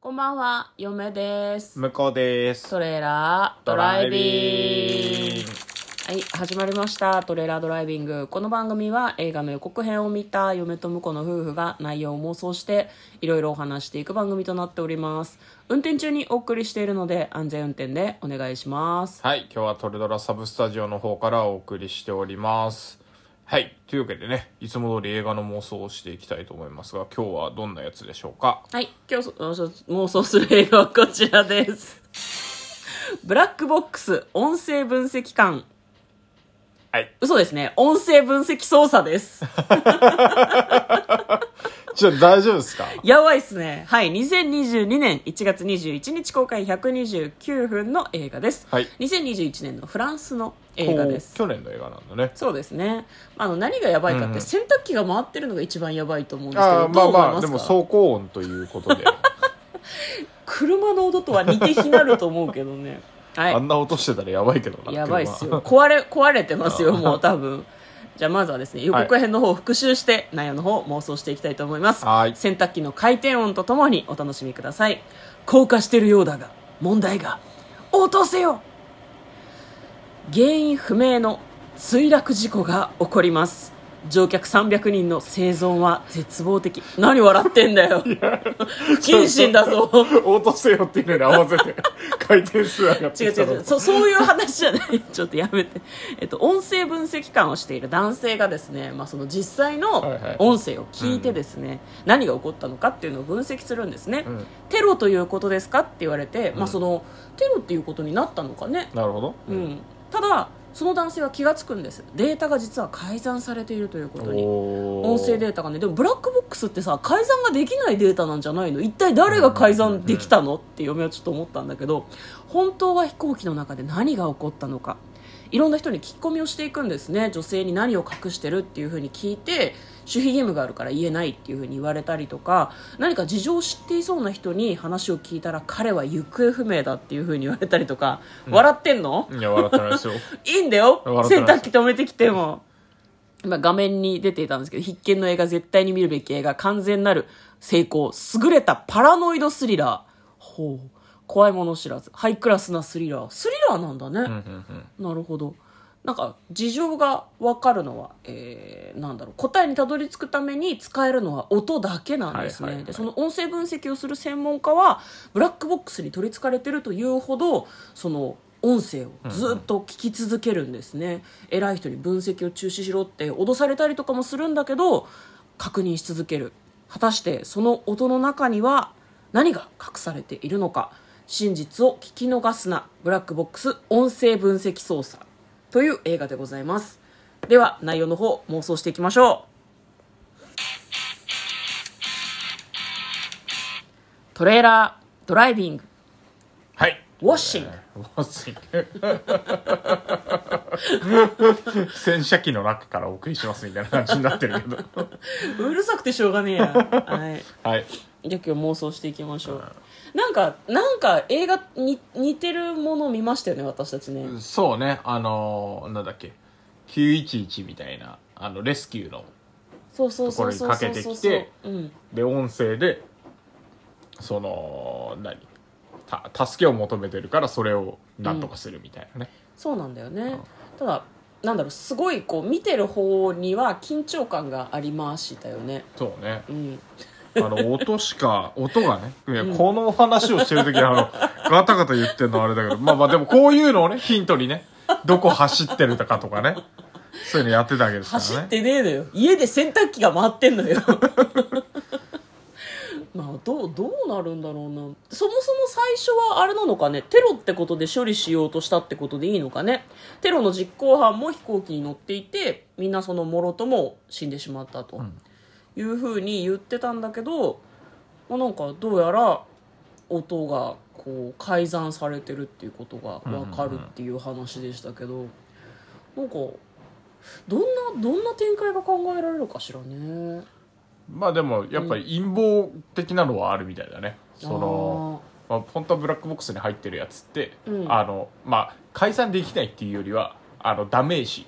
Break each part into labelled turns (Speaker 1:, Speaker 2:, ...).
Speaker 1: こんばんは、嫁です。
Speaker 2: 向こうです
Speaker 1: トレーラードライビング。はい、始まりました。トレーラードライビング。この番組は映画の予告編を見た嫁と婿の夫婦が内容を妄想していろいろお話していく番組となっております。運転中にお送りしているので安全運転でお願いします。
Speaker 2: はい今日はトレドラサブスタジオの方からお送りしておりますはいというわけでねいつも通り映画の妄想をしていきたいと思いますが今日はどんなやつでしょうか
Speaker 1: はい、今日そ妄想する映画はこちらです。ブラックボックス音声分析官。
Speaker 2: はい
Speaker 1: 嘘ですね。音声分析操作です。
Speaker 2: じゃあ大丈夫ですか
Speaker 1: やばいっすね。はい。2022年1月21日公開129分の映画です。
Speaker 2: はい
Speaker 1: 2021年のフランスの映画です。
Speaker 2: こう去年の映画なんだね
Speaker 1: そうですね。あの、何がやばいかって、洗濯機が回ってるのが一番やばいと思うんですけど、
Speaker 2: ああまあ
Speaker 1: どう思い
Speaker 2: まあ
Speaker 1: ま
Speaker 2: です
Speaker 1: か
Speaker 2: も走行音ということで
Speaker 1: 車の音とは似て非なると思うけどね。は
Speaker 2: あ
Speaker 1: い。
Speaker 2: んな音してたらやばいけどな
Speaker 1: やばいっす
Speaker 2: 車
Speaker 1: よ。 壊れ、壊れてますよ、もう多分。じゃあまずはですね、予告編の方を復習して、内容の方を妄想していきたいと思います。
Speaker 2: はい
Speaker 1: 洗濯機の回転音とともにお楽しみください。硬化してるようだが、問題が、落とせよ原因不明の墜落事故が起こります。乗客300人の生存は絶望的。何笑ってんだよ。不謹慎だぞ。
Speaker 2: 落とせよっていうのに合わ せて回転数上がっ
Speaker 1: 違う
Speaker 2: てき
Speaker 1: 違
Speaker 2: た
Speaker 1: う
Speaker 2: の
Speaker 1: 違うそそういう話じゃない ちょっとやめて、えっと、音声分析官をしている男性がですね、まあ、その実際の
Speaker 2: はいはい
Speaker 1: 音声を聞いてですね、何が起こったのかっていうのを分析するんですね、
Speaker 2: ん
Speaker 1: テロということですかって言われて、まあ、
Speaker 2: うん
Speaker 1: そのテロっていうことになったのかね、
Speaker 2: なるほど、
Speaker 1: うんただその男性は気がつくんですデータが実は改ざんされているということに音
Speaker 2: 音
Speaker 1: 声データがねでもブラックボックスってさ改ざんができないデータなんじゃないの一体誰が改ざんできたのって嫁はちょっと思ったんだけど本当は飛行機の中で何が起こったのかいろんな人に聞き込みをしていくんですね女性に何を隠してるっていうふうに聞いて守秘義務があるから言えないっていうふうに言われたりとか何か事情を知っていそうな人に話を聞いたら彼は行方不明だっていうふうに言われたりとか、笑ってんの
Speaker 2: いや笑ってないですよ
Speaker 1: いいんだよ
Speaker 2: 笑って
Speaker 1: 洗
Speaker 2: ない
Speaker 1: 濯機止めてきても。まあ、画面に出ていたんですけど、必見の映画、絶対に見るべき映画、完全なる成功、優れたパラノイドスリラー。ほう。怖いもの知らず。ハイクラスなスリラー。スリラーなんだね。
Speaker 2: うんうんうん
Speaker 1: なるほど。なんか、事情がわかるのは、えー、なんだろう、答えにたどり着くために使えるのは音だけなんですね。
Speaker 2: はいはいはい
Speaker 1: で、その音声分析をする専門家は、ブラックボックスに取り憑かれてるというほど、その、音声をずっと聞き続けるんですね、偉い人に分析を中止しろって脅されたりとかもするんだけど確認し続ける果たしてその音の中には何が隠されているのか真実を聞き逃すなブラックボックス音声分析操作という映画でございますでは内容の方妄想していきましょうトレーラードライビング
Speaker 2: はい
Speaker 1: ウォッシング
Speaker 2: マジで洗車機の中からお送りしますみたいな感じになってるけど
Speaker 1: うるさくてしょうがねえやはい
Speaker 2: はい
Speaker 1: じゃあ今日妄想していきましょうなんかなんか映画に似てるものを見ましたよね私たちね、
Speaker 2: そうねあのー、なんだっけ911みたいなあのレスキューの
Speaker 1: そうそうそうそうそうそう
Speaker 2: ところにかけてきて
Speaker 1: うん、
Speaker 2: で音声でその何た助けを求めてるからそれをなんとかするみたいなね、
Speaker 1: そうなんだよねただなんだろうすごいこう見てる方には緊張感がありましたよね
Speaker 2: そうね
Speaker 1: うん
Speaker 2: あの音しか音がねいや、この話をしてる時にあのガタガタ言ってんのはあれだけどまあまあでもこういうのをねヒントにねどこ走ってるかとかねそういうのやってたわけですか
Speaker 1: 走
Speaker 2: ら
Speaker 1: っ
Speaker 2: ね
Speaker 1: てねえのよ家で洗濯機が回ってん のよまあどうどうなるんだろうなそもそも最初はあれなのかねテロってことで処理しようとしたってことでいいのかねテロの実行犯も飛行機に乗っていてみんなそのもろとも死んでしまったと、
Speaker 2: ん
Speaker 1: いうふうに言ってたんだけど、まあ、なんかどうやら音がこう改ざんされてるっていうことが分かるっていう話でしたけど、なんかどんなどんな展開が考えられるかしらね
Speaker 2: まあでもやっぱり陰謀的なのはあるみたいだね、そのまあ、本当はブラックボックスに入ってるやつって、
Speaker 1: うん
Speaker 2: あのまあ解散できないっていうよりはあのダメージ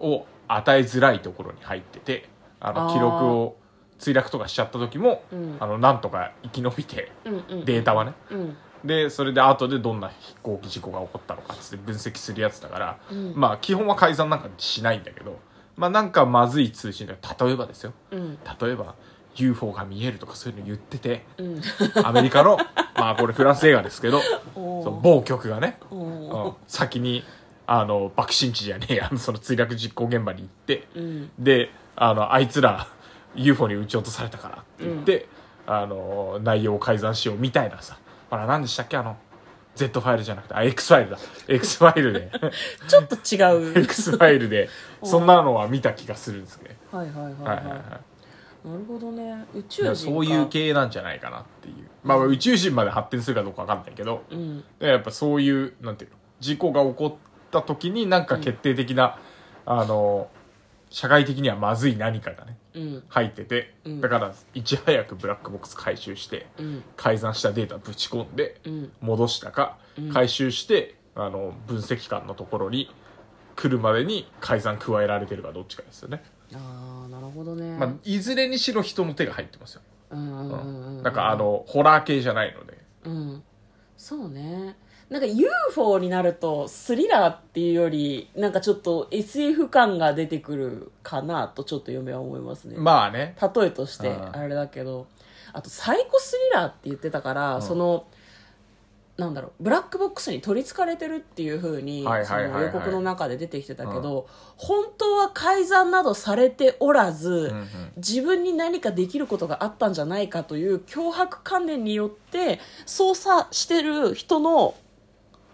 Speaker 2: を与えづらいところに入っててあ
Speaker 1: あ
Speaker 2: の
Speaker 1: ー
Speaker 2: 記録を墜落とかしちゃった時も、
Speaker 1: うん
Speaker 2: あのなんとか生き延びて
Speaker 1: うんうん
Speaker 2: データはね
Speaker 1: うん
Speaker 2: でそれで後でどんな飛行機事故が起こったのかっつって分析するやつだから、
Speaker 1: うん
Speaker 2: まあ基本は改ざんなんかしないんだけどまあなんかまずい通信が例えばですよ
Speaker 1: うん
Speaker 2: 例えば UFO が見えるとかそういうの言ってて
Speaker 1: うん
Speaker 2: アメリカのまあこれフランス映画ですけど
Speaker 1: おー
Speaker 2: その某局がね、
Speaker 1: お
Speaker 2: う
Speaker 1: ー
Speaker 2: ん先にあの爆心地じゃねえやその墜落実行現場に行って
Speaker 1: うん
Speaker 2: であのあいつら UFO に撃ち落とされたからって言って、あの内容を改ざんしようみたいなさほら何でしたっけあの Z ファイルじゃなくてあ X ファイルだ X ファイルで
Speaker 1: ちょっと違う
Speaker 2: X ファイルでそんなのは見た気がするんですね、
Speaker 1: はいはいはい
Speaker 2: はい
Speaker 1: は
Speaker 2: はい
Speaker 1: い、
Speaker 2: はい
Speaker 1: なるほどね宇宙
Speaker 2: だか
Speaker 1: 人か
Speaker 2: らそういう系なんじゃないかなっていうまあまあ宇宙人まで発展するかどうかわかんないけど、
Speaker 1: うん
Speaker 2: でやっぱそういうなんていうの事故が起こった時になんか決定的な、あの社会的にはまずい何かがね
Speaker 1: うん
Speaker 2: 入ってて、
Speaker 1: うん
Speaker 2: だからいち早くブラックボックス回収して
Speaker 1: うん
Speaker 2: 改ざんしたデータぶち込んで
Speaker 1: うん
Speaker 2: 戻したか、
Speaker 1: うん
Speaker 2: 回収してあの分析官のところに来るまでに改ざん加えられてるかどっちかですよね、
Speaker 1: ああなるほどね、
Speaker 2: まあ、いずれにしろ人の手が入ってますよ、
Speaker 1: うんうんうんうん
Speaker 2: なんかあのホラー系じゃないので
Speaker 1: うんそうねなんか UFO になるとスリラーっていうよりなんかちょっと SF 感が出てくるかなとちょっと嫁は思いますね、
Speaker 2: まあね
Speaker 1: 例えとして
Speaker 2: あー
Speaker 1: あれだけどあとサイコスリラーって言ってたから、
Speaker 2: うん
Speaker 1: そのなんだろうブラックボックスに取りつかれてるっていう風に
Speaker 2: はい
Speaker 1: そ
Speaker 2: はいはいはい
Speaker 1: の予告の中で出てきてたけど、本当は改ざんなどされておらず、
Speaker 2: うんうん
Speaker 1: 自分に何かできることがあったんじゃないかという脅迫観念によって操作してる人の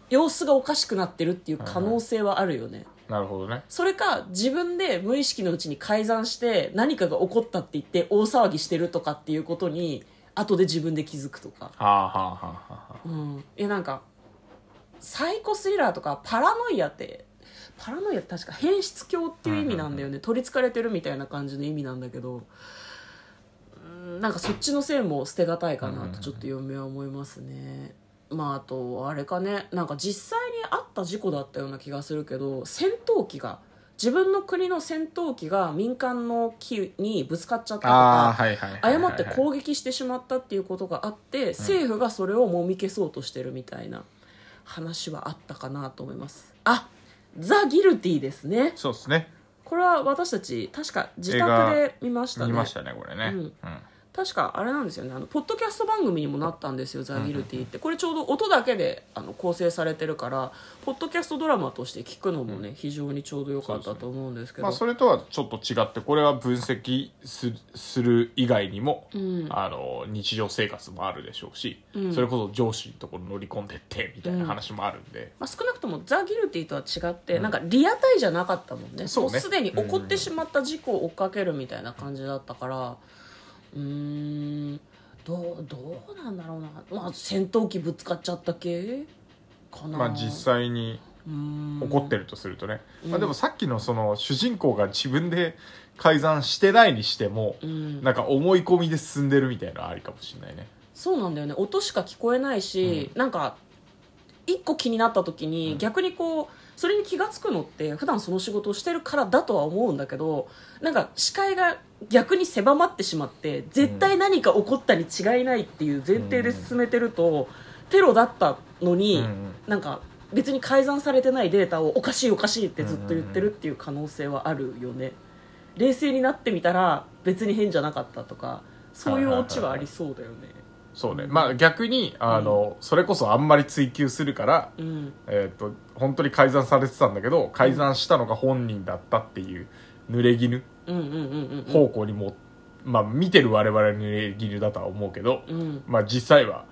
Speaker 1: 様子がおかしくなってるっていう可能性はあるよね。
Speaker 2: なるほどね
Speaker 1: それか自分で無意識のうちに改ざんして何かが起こったって言って大騒ぎしてるとかっていうことに後で自分で気づくとか、
Speaker 2: はあはあはあはあ
Speaker 1: うん、いやなんかサイコスリラーとかパラノイアってパラノイアって確か変質狂っていう意味なんだよね、取りつかれてるみたいな感じの意味なんだけどうんなんかそっちのせいも捨てがたいかなとちょっと嫁は思いますね。まあ、あとあれかねなんか実際にあった事故だったような気がするけど戦闘機が自分の国の戦闘機が民間の機にぶつかっちゃったとか
Speaker 2: あーはいはいはいはい
Speaker 1: 誤って攻撃してしまったっていうことがあって政府がそれをもみ消そうとしてるみたいな話はあったかなと思いますあザ・ギルティですね
Speaker 2: そうですね
Speaker 1: これは私たち確か自
Speaker 2: 映画
Speaker 1: 宅で見ましたね
Speaker 2: 見ましたねこれね、
Speaker 1: う
Speaker 2: うんん
Speaker 1: 確かあれなんですよねあのポッドキャスト番組にもなったんですよ「ザ・ギルティってこれちょうど音だけであの構成されてるからポッドキャストドラマとして聞くのもね、非常にちょうど良かったと思うんですけど
Speaker 2: まあ、それとはちょっと違ってこれは分析すする以外にも、
Speaker 1: ん
Speaker 2: あの日常生活もあるでしょうし、
Speaker 1: うん
Speaker 2: それこそ上司のところ乗り込んでってみたいな話もあるんで、
Speaker 1: まあ、少なくともザ・ギルティとは違って、なんかリアタイじゃなかったもんね
Speaker 2: そうね
Speaker 1: もうすでに起こってしまった事故を追っかけるみたいな感じだったからうーんどうどうなんだろうな、まあ、戦闘機ぶつかっちゃった系かな、
Speaker 2: まあ、実際に
Speaker 1: うーん
Speaker 2: 起こってるとするとね、まあ、でもさっきのその主人公が自分で改ざんしてないにしても、
Speaker 1: ん
Speaker 2: なんか思い込みで進んでるみたいなのありかもしれないね
Speaker 1: そうなんだよね音しか聞こえないし、なんか一個気になった時に、逆にこうそれに気が付くのって普段その仕事をしてるからだとは思うんだけどなんか視界が逆に狭まってしまって絶対何か起こったに違いないっていう前提で進めてると、テロだったのに、
Speaker 2: うんうん
Speaker 1: なんか別に改ざんされてないデータをおかしいおかしいってずっと言ってるっていう可能性はあるよね冷静になってみたら別に変じゃなかったとかそういうオチはありそうだよね。
Speaker 2: そうねまあ逆にあの、それこそあんまり追求するから、
Speaker 1: うん
Speaker 2: えー、と本当に改ざんされてたんだけど改ざんしたのが本人だったっていう濡れ衣
Speaker 1: うんうんうん
Speaker 2: 方向にも、まあ見てる我々の濡れ衣だとは思うけど、
Speaker 1: うんうん
Speaker 2: まあ実際は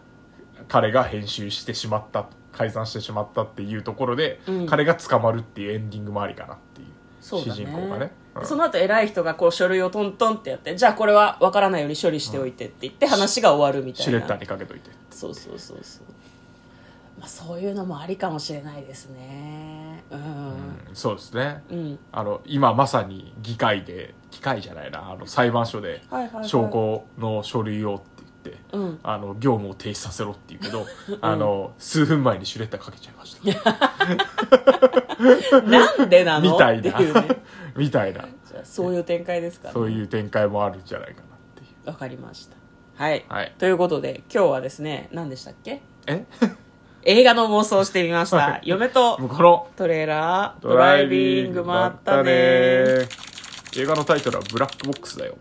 Speaker 2: 彼が編集してしまった改ざんしてしまったっていうところで、
Speaker 1: うん
Speaker 2: 彼が捕まるっていうエンディングもありかなっていう
Speaker 1: そうだね
Speaker 2: 主人公がね、うん
Speaker 1: その後偉い人がこう書類をトントンってやってじゃあこれは分からないように処理しておいてって言って話が終わるみたい
Speaker 2: シ
Speaker 1: な
Speaker 2: ュレッダーにかけといて
Speaker 1: そうそうそうそう、まあ、そういうのもありかもしれないですねうん
Speaker 2: うんそうですね、
Speaker 1: うん
Speaker 2: あの今まさに議会で議会じゃないなあの裁判所で
Speaker 1: はいはいはい
Speaker 2: 証拠の書類をって言って、
Speaker 1: うん
Speaker 2: あの業務を停止させろって言うけど、あの数分前にシュレッダーかけちゃいました
Speaker 1: なんでなの
Speaker 2: みたい
Speaker 1: っていうね
Speaker 2: なみたいな
Speaker 1: じゃあそういう展開ですかね
Speaker 2: そういう展開もあるんじゃないかなっていう
Speaker 1: わかりましたはい、
Speaker 2: はい
Speaker 1: ということで今日はですね何でしたっけ
Speaker 2: え
Speaker 1: 映画の妄想をしてみました、
Speaker 2: はい
Speaker 1: 嫁と
Speaker 2: 向こうの
Speaker 1: トレーラード
Speaker 2: ド
Speaker 1: ラ
Speaker 2: ライ
Speaker 1: イビン
Speaker 2: ビング
Speaker 1: グ
Speaker 2: ま
Speaker 1: ま
Speaker 2: っ
Speaker 1: ったた
Speaker 2: ね
Speaker 1: ね
Speaker 2: 映画のタイトルはブラックボックスだよ